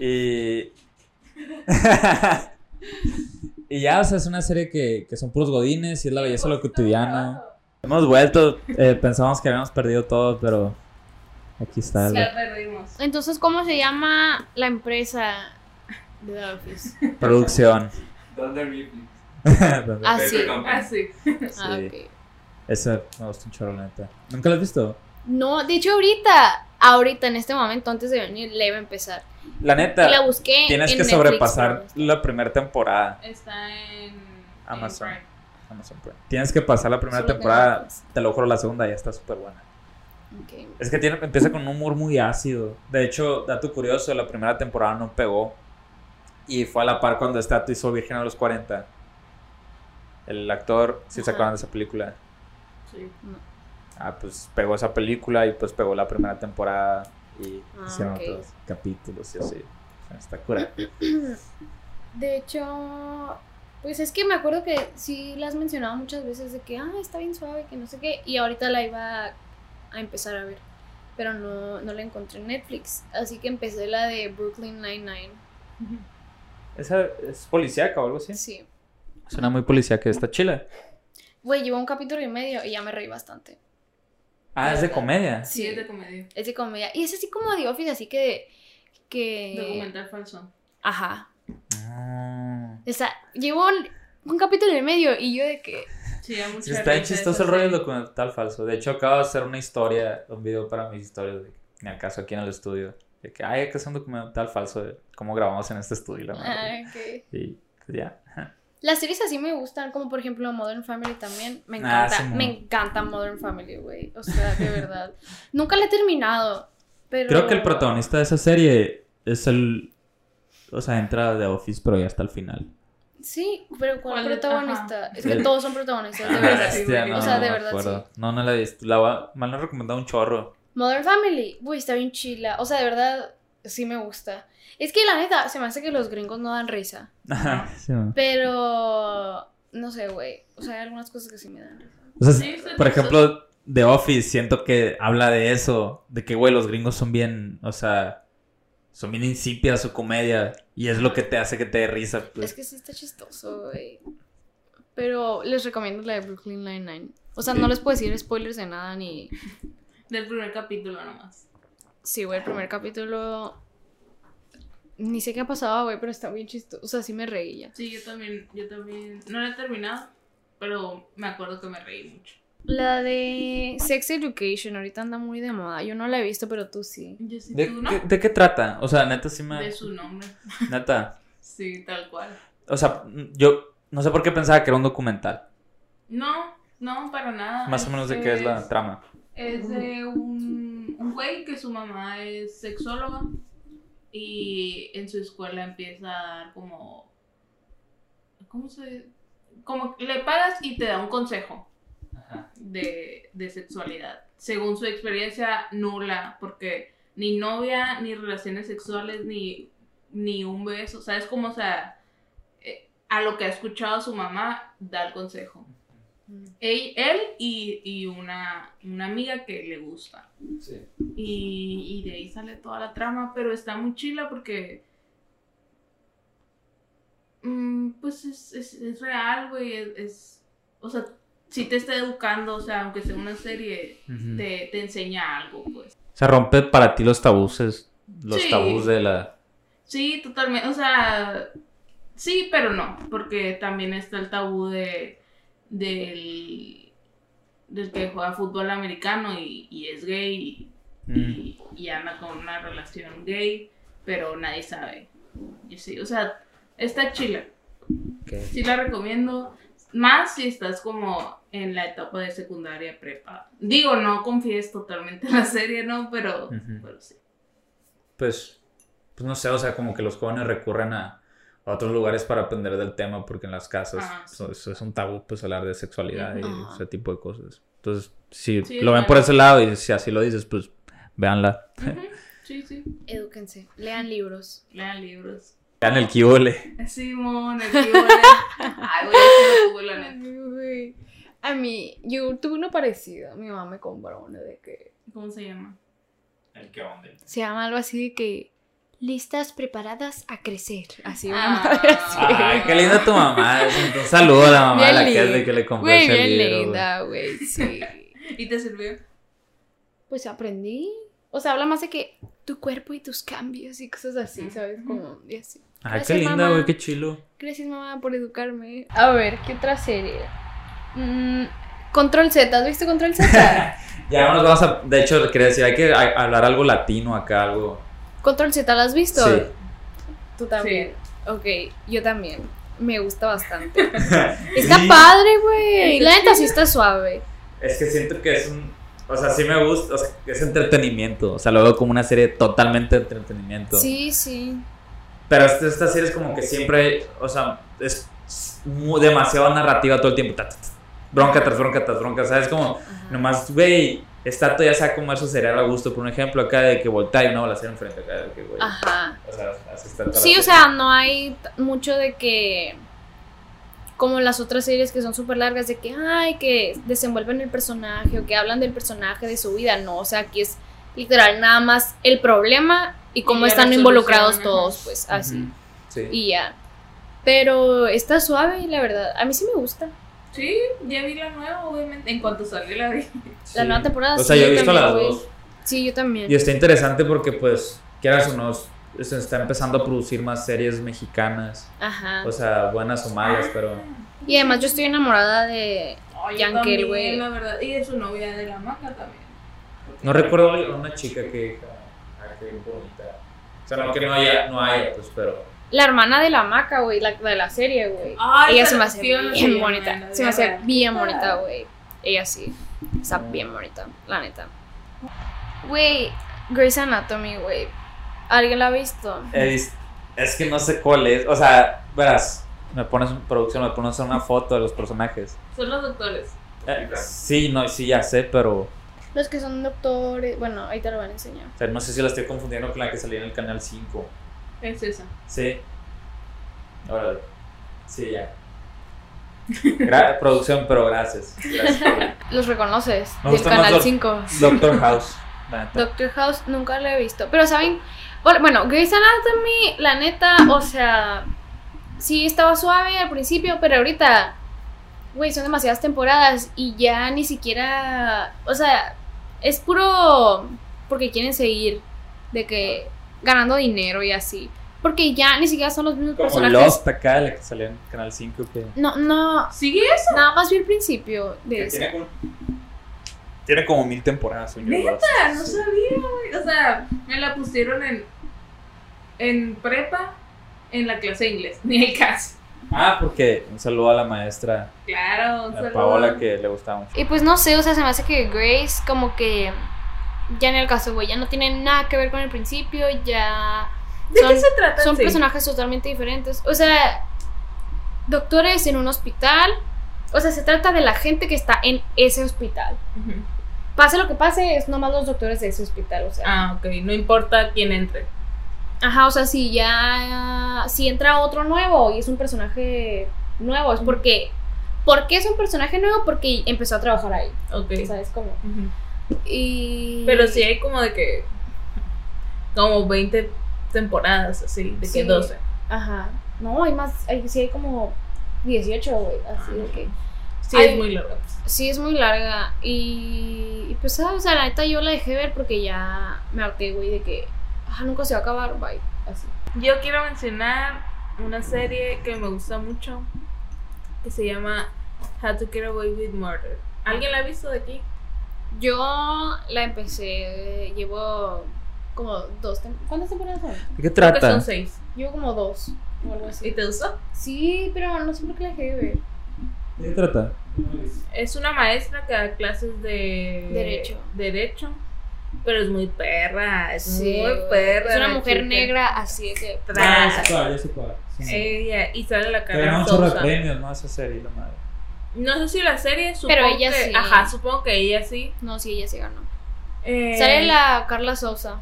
Y. y ya, o sea, es una serie que, que son puros godines y es la belleza de lo cotidiano. Hemos vuelto, eh, pensamos que habíamos perdido todo, pero aquí está. La perdimos. Entonces, ¿cómo se llama la empresa de The Office? la producción. Thunder Ripley. Así. Así. Ah, Sí. ok. Esa me gusta un chorro, la neta. ¿Nunca la has visto? No, de hecho, ahorita, ahorita, en este momento, antes de venir, le iba a empezar. La Y neta, la busqué. tienes en que Netflix, sobrepasar pero- la primera temporada. Está en Amazon. en Amazon Prime. Tienes que pasar la primera Solo tengo temporada. Netflix. Te lo juro, la segunda ya está súper buena. Ok. Es que tiene, empieza con un humor muy ácido. De hecho, dato curioso, la primera temporada no pegó. Y fue a la par cuando Stato hizo Virgen a los 40. El actor, si se Ajá. acuerdan de esa película. Sí. No. Ah, pues pegó esa película y pues pegó la primera temporada. Y Ah, hicieron ok. otros capítulos y así. Está cura. De hecho, pues es que me acuerdo que sí la has mencionado muchas veces de que, ah, está bien suave, que no sé qué, y ahorita la iba a- a empezar a ver, pero no, no la encontré en Netflix, así que empecé la de Brooklyn Nine-Nine. Esa es policíaca o algo así. Sí. Suena muy policíaca esta chila. Güey, llevo un capítulo y medio y ya me reí bastante. Ah, es de comedia. Sí, es de comedia. Es de comedia. Y es así como The Office, así que. que... Documental falso. Ajá. Ah. O sea, llevo un, un capítulo y medio y yo de que. Sí, da mucha Está bien risa chistoso el esa rollo del serie. documental falso. De hecho, acabo de hacer una historia, un video para mis historias, de, ni al caso aquí en el estudio. De que, ay, hay que hacer un documental falso de cómo grabamos en este estudio. y La madre. Ah, ok. Y pues ya. Las series así me gustan, como por ejemplo Modern Family también. Me Ah, encanta, Simón. me encanta Modern Family, güey. O sea, de verdad. Nunca la he terminado, pero. Creo que el protagonista de esa serie es el. O sea, entra de Office, pero ya hasta el final. Sí, pero ¿cuál, ¿Cuál de- protagonista? Es que El- todos son protagonistas, de Ah, verdad. sí. Bestia, güey. no, O sea, no de me verdad, acuerdo. No, no la he visto. La va- me la han recomendado un chorro. Modern Family, güey, está bien chila. O sea, de verdad, sí me gusta. Es que la neta, se me hace que los gringos no dan risa. Sí, man. Pero. No sé, güey. O sea, hay algunas cosas que sí me dan risa. O sea, Sí, está por chistoso. ejemplo, The Office, siento que habla de eso, de que, güey, los gringos son bien, o sea, son bien insípida su comedia y es lo que te hace que te dé risa. pues. Es que sí está chistoso, güey. Pero les recomiendo la de Brooklyn Nine-Nine. O sea, no les puedo decir spoilers de nada ni. Del primer capítulo nomás. Sí, güey, el primer capítulo. Ni sé qué pasaba, güey, pero está bien chistoso. O sea, sí me reí ya. Sí, yo también, yo también. No la he terminado, pero me acuerdo que me reí mucho. La de Sex Education, ahorita anda muy de moda. Yo no la he visto, pero tú sí. Yo sí, ¿De, tú, ¿no? qué, de qué trata? O sea, neta, sí me... De su nombre. Neta. Sí, tal cual. O sea, yo no sé por qué pensaba que era un documental. No, no, para nada. Más o menos de qué es la trama. Es de un, un güey que su mamá es sexóloga y en su escuela empieza a dar como... ¿Cómo se...? Como que le pagas y te da un consejo de, de sexualidad. Según su experiencia, nula, porque ni novia, ni relaciones sexuales, ni, ni un beso. O sea, es como, o sea, eh, a lo que ha escuchado su mamá, da el consejo. Él, él y, y una, una amiga que le gusta. Sí. Y, y de ahí sale toda la trama, pero está muy chila porque... mm, pues es, es, es real, güey. Es, es- o sea, si te está educando, o sea, aunque sea una serie, Ujú. te, te enseña algo, pues. Se rompe para ti los tabuses, los Sí. tabús de la... Sí, totalmente. O sea, sí, pero no, porque también está el tabú de del, del que juega fútbol americano y, y es gay y, Mm. y anda con una relación gay, pero nadie sabe. Y sí, o sea, está chila. Sí la recomiendo. Más si estás como en la etapa de secundaria prepa. Digo, no confíes totalmente en la serie, ¿no? Pero, Ujú. pero sí. pues, pues no sé, o sea, como que los jóvenes recurren a, a otros lugares para aprender del tema, porque en las casas Ajá. so- so- es un tabú pues hablar de sexualidad y Ajá. ese tipo de cosas. Entonces, si Sí, lo ven bueno. por ese lado y si así lo dices, pues véanla. Ujú. Sí, sí. Edúquense, lean libros. Lean libros. Vean el kibole. Simón, el equivale. Ay, güey, yo sí lo tuve, la neta. Ay, güey. A mí, yo tuve uno parecido. Mi mamá me compró uno de que. ¿Cómo se llama? El que onda. Se llama algo así de que. Listas preparadas a crecer. Así una Ah. madre así. Ay, qué linda tu mamá. Un saludo a la mamá a la que, Bien es de que le compró Güey, ese bien libro, güey. linda, güey. Sí. ¿Y te sirvió? Pues aprendí. O sea, habla más de que tu cuerpo y tus cambios y cosas así, ¿sabes? Como, y así. Ay, qué Gracias, linda, mamá. güey, qué chilo. Gracias, mamá, por educarme. A ver, ¿qué otra serie? Mm, Control Z, ¿has visto Control Z? Ya nos vamos a. De hecho, quería decir, hay que a- hablar algo latino acá, algo. Control Z, ¿la has visto? Sí. Tú también. Ok, yo también. Me gusta bastante. Está padre, güey. La neta sí está suave. Es que siento que es un. O sea, sí me gusta. O sea, que es entretenimiento. O sea, lo veo como una serie totalmente de entretenimiento. Sí, sí. Pero esta, esta serie es como que siempre. O sea, es mu- demasiado narrativa todo el tiempo. Ta, ta, ta. Bronca tras bronca tras bronca. O sea, es como. Ajá. Nomás, güey. Estato ya sabe comer su cereal a gusto. Por un ejemplo, acá de que voltea y una balacera enfrente. Acá de que, güey. Ajá. O sea, así está toda la Ah. Sí, o serie. sea, no hay t- mucho de que. Como las otras series que son súper largas, de que, ay, que desenvuelven el personaje o que hablan del personaje, de su vida. No, o sea, aquí es literal nada más el problema y cómo la están resolución, involucrados ajá. todos, pues así. Ujú. Sí. Y ya. Pero está suave, la verdad. A mí sí me gusta. Sí, ya vi la nueva, obviamente. En cuanto salió la vi. La nueva temporada. O sea, sí, yo he visto también, las güey. dos. Sí, yo también. Y está interesante porque, pues, quieras o no, se está empezando a producir más series mexicanas. Ajá. O sea, buenas o malas, pero. Y además yo estoy enamorada de... Ay, yo Yankel, también, güey. La verdad. Y de su novia de la maca también. No recuerdo a una chica que. ah, qué bonita. O sea, no que no haya, no haya, pues, pero. La hermana de la maca, güey, la de la serie, güey. Ay, Ella pero se me hace sí, yo bien, no sé, bonita. man, la se me hace verdad. bien bonita, güey. Ella sí. Está bien bonita, la neta. Güey, Grey's Anatomy, güey. ¿Alguien la ha visto? Es, Eh, es que no sé cuál es. O sea, verás, me pones en producción, me pones una foto de los personajes. Son los doctores. Eh, sí, no, sí, ya sé, pero. Los que son doctores. Bueno, ahí te lo van a enseñar. O sea, no sé si la estoy confundiendo con la que salía en el canal 5. Es esa. Sí. Órale. Sí, ya. Gra- producción, pero gracias. Gracias. Los reconoces Me del gustan más canal los- 5. Doctor House. la neta. Doctor House nunca lo he visto. Pero saben, Bueno, bueno, Grey's Anatomy, la neta, o sea, sí estaba suave al principio, pero ahorita, güey, son demasiadas temporadas y ya ni siquiera, o sea, es puro porque quieren seguir de que ganando dinero y así. Porque ya ni siquiera son los mismos Como personajes. Lost acá, la que salió en el canal 5. Que, No, no, ¿Sigue? nada más vi el principio de que eso. tiene, como, tiene como mil temporadas, señor ¿Neta? Lost. Ah, No sabía, güey. O sea, me la pusieron en, en prepa, en la clase de inglés. Ni el caso. Ah, porque un saludo a la maestra, Claro, un a saludo. Paola, que le gustaba mucho. Y pues no sé, o sea, se me hace que Grace como que ya en el caso, güey, ya no tiene nada que ver con el principio, ya ¿De son, qué se trata? son sí? personajes totalmente diferentes. O sea, doctores en un hospital, o sea, se trata de la gente que está en ese hospital. Ujú. Pase lo que pase, es nomás los doctores de ese hospital, o sea. Ah, ok. No importa quién entre. Ajá, o sea, si ya, si entra otro nuevo y es un personaje nuevo, es porque, ¿por qué es un personaje nuevo? Porque empezó a trabajar ahí, Ok. ¿sabes cómo? Ujú. Y... Pero sí hay como de que. Como 20 temporadas, así. De que Sí. 12. Ajá. No, hay más, hay, sí hay como 18, güey, así de que... Sí, Ay. es muy largo. Sí, es muy larga y, y pues, ah, o sea, la neta yo la dejé ver porque ya me harté, güey, de que, ah, nunca se va a acabar, bye, así. Yo quiero mencionar una serie que me gusta mucho. Que se llama How to Get Away with Murder. ¿Alguien la ha visto de aquí? Yo la empecé, llevo como dos, tem- ¿cuántas temporadas son? ¿De qué Creo que trata? son 6. Llevo como dos o algo ¿Y así. te gustó? Sí, pero no sé por qué la dejé de ver. ¿De qué trata? Es una maestra que da clases de Derecho. derecho, pero es muy perra, es Sí, muy güey. perra. Es una la mujer chica. negra Ah, así de que... Tra- cuál, ya sé cuál. Sí, sí. Ella y sale la Que ganó cara un chorro de Sousa. premios, ¿no? Esa serie, la madre. No sé si la serie supongo Pero ella que, sí. ajá, supongo que ella sí. No, sí, ella se ganó. Eh, Sale la Carla Sosa.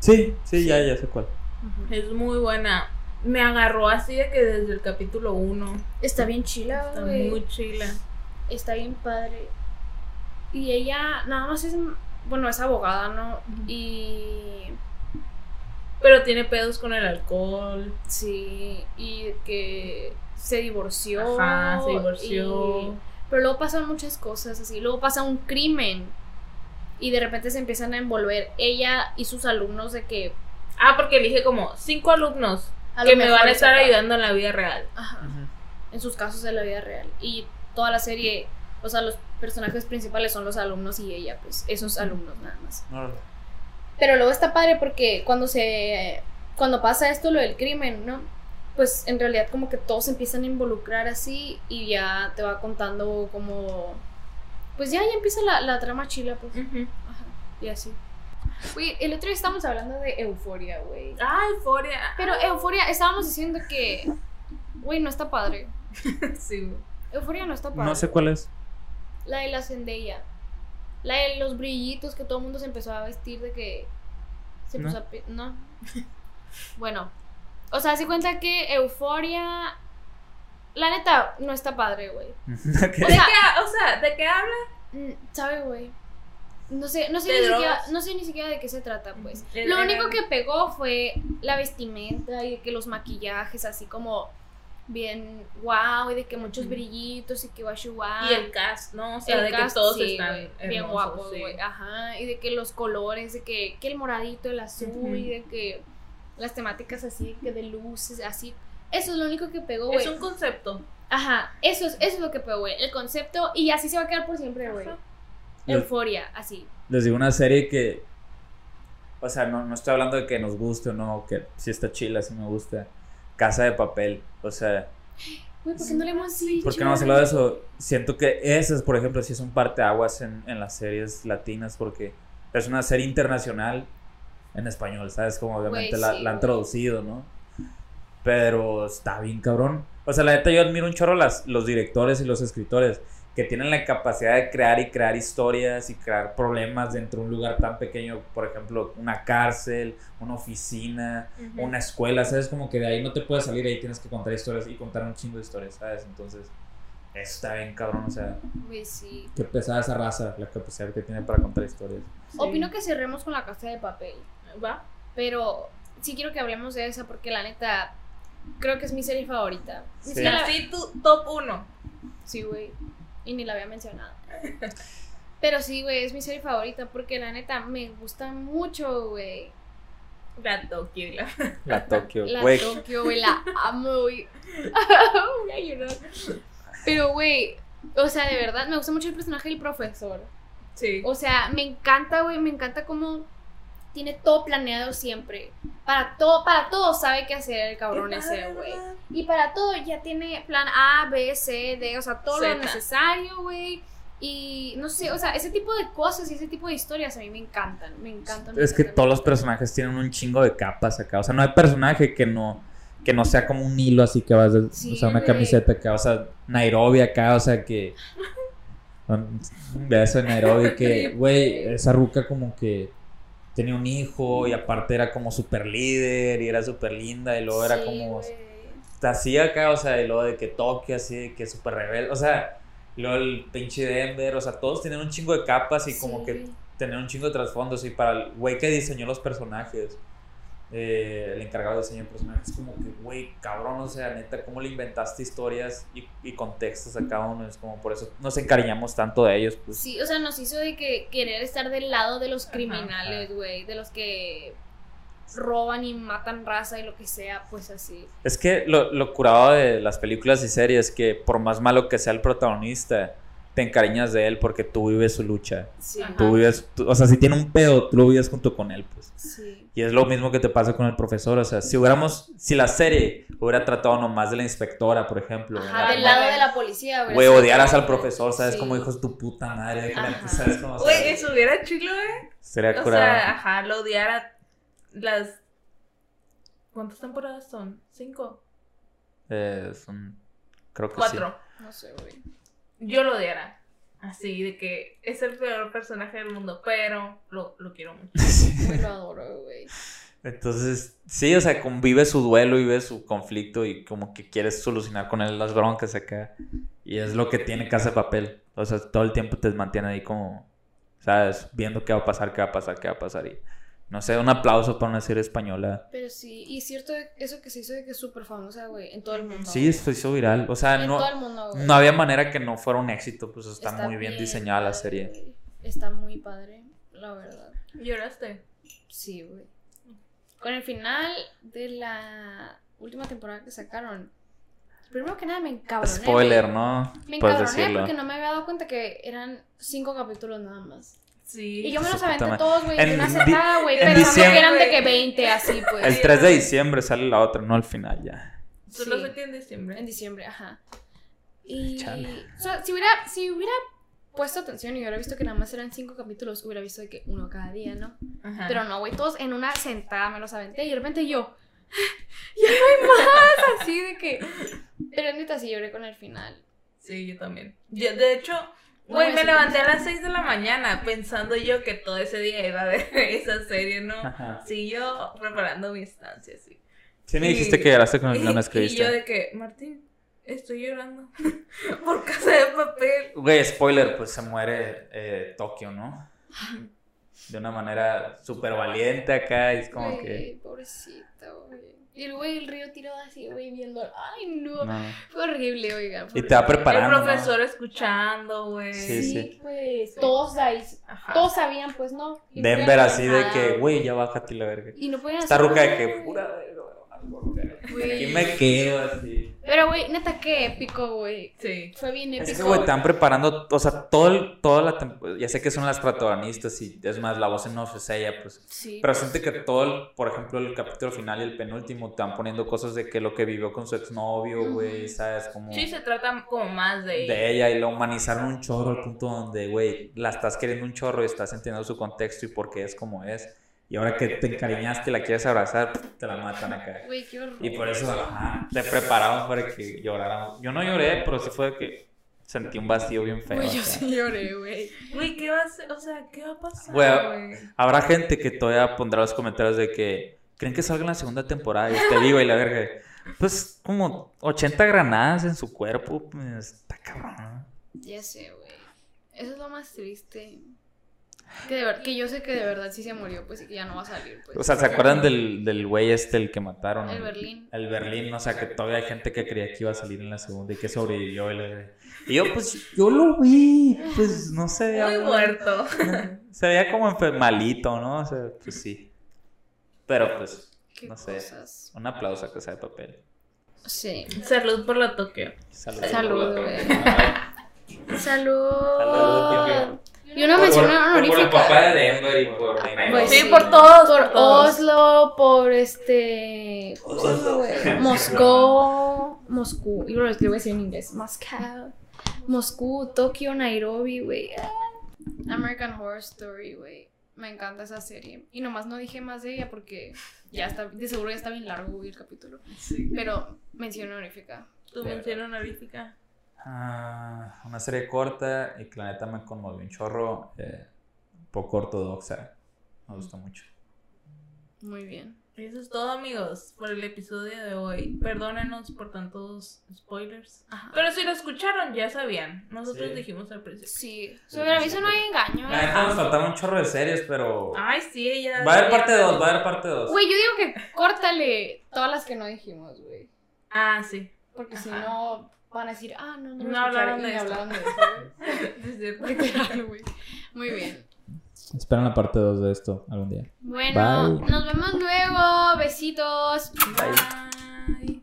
Sí, sí, ya, ya sé cuál. es muy buena. Me agarró así de que desde el capítulo 1 Está bien chila, está güey. muy chila. Está bien padre. Y ella nada más es, bueno, es abogada, ¿no? Y Pero tiene pedos con el alcohol. sí, y que se divorció. Ajá, se divorció. y- pero luego pasan muchas cosas así. Luego pasa un crimen. Y de repente se empiezan a envolver ella y sus alumnos de que Ah, porque elige como cinco alumnos a lo que me mejor van a es estar acá. ayudando en la vida real. Ajá. en sus casos de la vida real. Y toda la serie, o sea, los personajes principales son los alumnos y ella, pues, esos alumnos nada más. Órale. Pero luego está padre porque cuando se. Cuando pasa esto, lo del crimen, ¿no? Pues en realidad, como que todos se empiezan a involucrar así y ya te va contando como. Pues ya, ya empieza la, la trama chila, pues. Ajá. Y así. Güey, el otro día estábamos hablando de euforia, güey. Ah, euforia. Pero euforia, estábamos diciendo que. Güey, no está padre. Sí, güey. Euforia no está padre. No sé cuál es. La de la sendella. La de los brillitos que todo el mundo se empezó a vestir de que. Se No. empezó a pe- No. bueno. O sea, se cuenta que Euforia. La neta, no está padre, güey. Ok. O sea, Ah, o sea, ¿de qué habla? mm, ¿sabe, güey? No sé, no sé, ¿De ni siquiera, drogas? no sé ni siquiera de qué se trata, pues. Ujú. Lo Era- único que pegó fue la vestimenta y que los maquillajes, así como bien wow y de que muchos brillitos y que guachu guau. Y Ah, el cast, ¿no? O sea, El de que cast, todos sí, están güey, hermosos, bien guapos, sí. güey. Ajá, y de que los colores, de que, que el moradito, el azul, Ujú. y de que las temáticas así, que de luces, así. Eso es lo único que pegó, güey. Es un concepto. Ajá, eso es, eso es lo que pegó, güey. El concepto, y así se va a quedar por siempre, güey. Ajá. Lo- Euforia, así. Les digo una serie que. O sea, no, no estoy hablando de que nos guste o no, que si está chila, si me gusta. Casa de papel. O sea, Güey, ¿por qué no le hemos dicho? ¿por qué no hemos hablado de eso? Siento que esas, por ejemplo, sí son parteaguas en, en las series latinas, porque es una serie internacional en español, ¿sabes? Como obviamente Güey, la, sí, la han güey. traducido, ¿no? Pero está bien, cabrón. O sea, la neta, yo admiro un chorro las, los directores y los escritores que tienen la capacidad de crear y crear historias y crear problemas dentro de un lugar tan pequeño, por ejemplo, una cárcel, una oficina, Ujú. una escuela, ¿sabes? Como que de ahí no te puedes salir, ahí tienes que contar historias y contar un chingo de historias, ¿sabes? Entonces, eso está bien, cabrón, o sea, Güey, sí. qué pesada esa raza, la capacidad que tiene para contar historias. Opino que cerremos con la casa de papel. ¿Va? Pero sí quiero que hablemos de esa porque la neta creo que es mi serie favorita. Ni Sí. siquiera- Así tu top 1. Sí, güey. Y ni la había mencionado. Pero sí, güey, es mi serie favorita porque la neta me gusta mucho, güey. La Tokio. la- La Tokio, La güey. Tokio, güey, la amo, güey. Voy a llorar. Pero, güey, o sea, de verdad, me gusta mucho el personaje del profesor. Sí. O sea, me encanta, güey, me encanta cómo tiene todo planeado siempre. Para todo, para todo sabe qué hacer el cabrón ese, güey. Y para todo ya tiene plan A, B, C, D, o sea, todo lo Zeta. necesario, güey. Y no sé, o sea, ese tipo de cosas y ese tipo de historias a mí me encantan, me encantan. me Es que encantan. todos los personajes tienen un chingo de capas acá. O sea, no hay personaje que no, que no sea como un hilo así que vas de, Sí, o sea, una güey. camiseta acá. O sea, Nairobi acá, o sea que. Un beso en Nairobi que, güey, esa ruca como que tenía un hijo y aparte era como super líder y era super linda y luego era Sí, como güey. así acá, o sea, y luego de que Tokio, así de que super rebelde, o sea, y luego el pinche Denver, o sea, todos tienen un chingo de capas y como Sí, que güey. tener un chingo de trasfondos y para el güey que diseñó los personajes, eh, el encargado de diseño de personajes, como que, güey, cabrón, o sea, neta, ¿cómo le inventaste historias y, y contextos a cada uno? Es como por eso nos encariñamos tanto de ellos, pues. Sí, o sea, nos hizo de que querer estar del lado de los Ajá. criminales, güey, de los que roban y matan raza y lo que sea, pues así. Es que lo, lo curado de las películas y series es que por más malo que sea el protagonista, te encariñas de él porque tú vives su lucha. Sí. Ajá. Ah. Tú vives, tú- o sea, si tiene un pedo, tú lo vives junto con él, pues. Sí. Y es lo mismo que te pasa con el profesor. O sea, si hubiéramos, si la serie hubiera tratado nomás de la inspectora, por ejemplo, Ajá, ¿verdad? del lado de la policía, güey. güey, odiaras al profesor, ¿sabes? Sí. Como hijos de tu puta madre, Ajá. neta, ¿sabes? Como, o sea, Güey, eso hubiera chilo, ¿eh? sería O curado. sea, ajá, lo odiara las... ¿Cuántas temporadas son? ¿Cinco? Eh, son- creo que Cuatro. No sé, güey. Yo lo odiara. Así, de que es el peor personaje del mundo, pero lo, lo quiero mucho. sí. Güey, lo adoro, güey. Entonces, sí, o sea, convive su duelo y ve su conflicto y como que quieres solucionar con él las broncas acá. Y es lo que tiene Casa de Papel. O sea, todo el tiempo te mantiene ahí como, ¿sabes? Viendo qué va a pasar, qué va a pasar, qué va a pasar. Y no sé, un aplauso para una serie española. Pero sí, y cierto eso que se hizo de que es súper famosa, güey, en todo el mundo. Sí, se hizo viral. O sea, en no, todo el mundo, güey. no había manera que no fuera un éxito. Pues está, muy bien, diseñada la padre, serie. güey. Está muy padre, la verdad. ¿Lloraste? Sí, güey. Con el final de la última temporada que sacaron, primero que nada me encabroné. güey. Spoiler, ¿no? Me Puedes encabroné decirlo. porque no me había dado cuenta que eran cinco capítulos nada más. Sí. Y yo me Su los puta aventé madre. todos, güey, de En una di- sentada, güey. en Pero no diciembre- que eran de que 20, así, pues. El 3 de diciembre sale la otra, no al final ya. Tú lo Sí. sentí en diciembre. En diciembre, ajá. Y. Ah, Chale. o sea, si hubiera, si hubiera puesto atención y hubiera visto que nada más eran cinco capítulos, hubiera visto de que uno cada día, ¿no? Ajá. Pero no, güey, todos en una sentada me los aventé y de repente yo. ¡Ya no hay más! Así de que. Pero neta, sí lloré con el final. Sí, yo también. Yo, de hecho, No, güey, yo me sí levanté a las 6 de la mañana pensando yo que todo ese día iba a ver esa serie, ¿no? Ajá. Sí, yo preparando mi estancia, sí. Sí, me Y- dijiste que lloraste con el y, final, no y yo escribiste. de que, Martín, estoy llorando por casa de papel. Güey, spoiler, pues se muere eh, Tokio, ¿no? De una manera súper valiente acá. y es como Güey, que. pobrecita, güey. Y el güey del río tirado así, güey, viendo. Ay, no. No. Fue horrible, oiga. fue Y te va horrible. preparando. el ¿no? profesor escuchando, güey. Sí, sí. Pues todos ahí. Ajá. Todos sabían, pues no. Y Denver fueron así de enojados. que, güey, ya bájate la verga. Y no pueden Esta hacer ruca de nada, que, güey. pura verga, verga. Güey. Aquí me quedo así. Pero, güey, neta, qué épico, güey. Sí. Fue bien épico. Es que, güey, están preparando, o sea, todo, el- toda la tempo- ya sé que son las protagonistas y es más, la voz en off es ella, pues. Sí. Pero siente que todo, el- por ejemplo, el capítulo final y el penúltimo te van poniendo cosas de que lo que vivió con su exnovio, güey, ¿sabes? Como Sí, se trata como más de... de ella y la humanizaron un chorro al punto donde, güey, la estás queriendo un chorro y estás entendiendo su contexto y por qué es como es. Y ahora que te encariñaste y la quieres abrazar, te la matan acá. Güey, qué horror. Y por eso ajá, te preparaban para que lloráramos. Yo no lloré, pero sí fue que sentí un vacío bien feo. Güey, Pues yo acá. sí lloré, güey. Güey, ¿qué va a ser? O sea, ¿qué va a pasar, Güey, güey? Habrá gente que todavía pondrá los comentarios de que creen que salga en la segunda temporada y esté viva y la verga. Pues como 80 granadas en su cuerpo, pues, está cabrón. Ya sé, güey. Eso es lo más triste. Que, de ver- que yo sé que de verdad sí se murió, pues, y que ya no va a salir, pues. O sea, ¿se acuerdan del, del güey este el que mataron? El Berlín. El Berlín, o sea, que todavía hay gente que creía que iba a salir en la segunda y que sobrevivió. Y, la verga. Y yo, pues, yo lo vi, pues, no se veía Muy muerto. Se veía como enfer- malito, ¿no? O sea, pues sí. Pero pues, Qué no sé. cosas. un aplauso a Casa de Papel. Sí. Salud por la Tokio. Salud. Salud, güey. Salud, Salud. Y una Ah, mención honorífica. Denver y por Pues Sí, por todos, por Por todos. Oslo, por este. ¿cómo se llama, güey? Moscú. Moscú. Yo lo escribo así en inglés. Moscow. Moscú, Tokio, Nairobi, güey. Ah. American Horror Story, güey. Me encanta esa serie. Y nomás no dije más de ella porque ya está, de seguro ya está bien largo güey, el capítulo. Pero mención honorífica. Tu mención honorífica. Ah, una serie corta y que la neta me conmovió un chorro. eh, un poco ortodoxa. Me gustó mucho. Muy bien. Y Eso es todo, amigos, por el episodio de hoy. Perdónenos por tantos spoilers. Pero si lo escucharon, ya sabían. Nosotros Sí. dijimos al principio. Sí. Sobre aviso no hay engaño. La neta nos faltaban un chorro de series, pero. Ay, sí, ella. Va a haber parte 2, va a haber parte 2. Güey, yo digo que córtale todas las que no dijimos, güey. Ah, sí. Porque si Ajá. no, van a decir, ah, no, no, No me escucharon hablaron y de me esto. hablaron de eso. Es cierto. güey. Literal, güey. Muy bien. Esperan la parte 2 de esto algún día. Bueno, Bye. nos vemos luego. Besitos. Bye.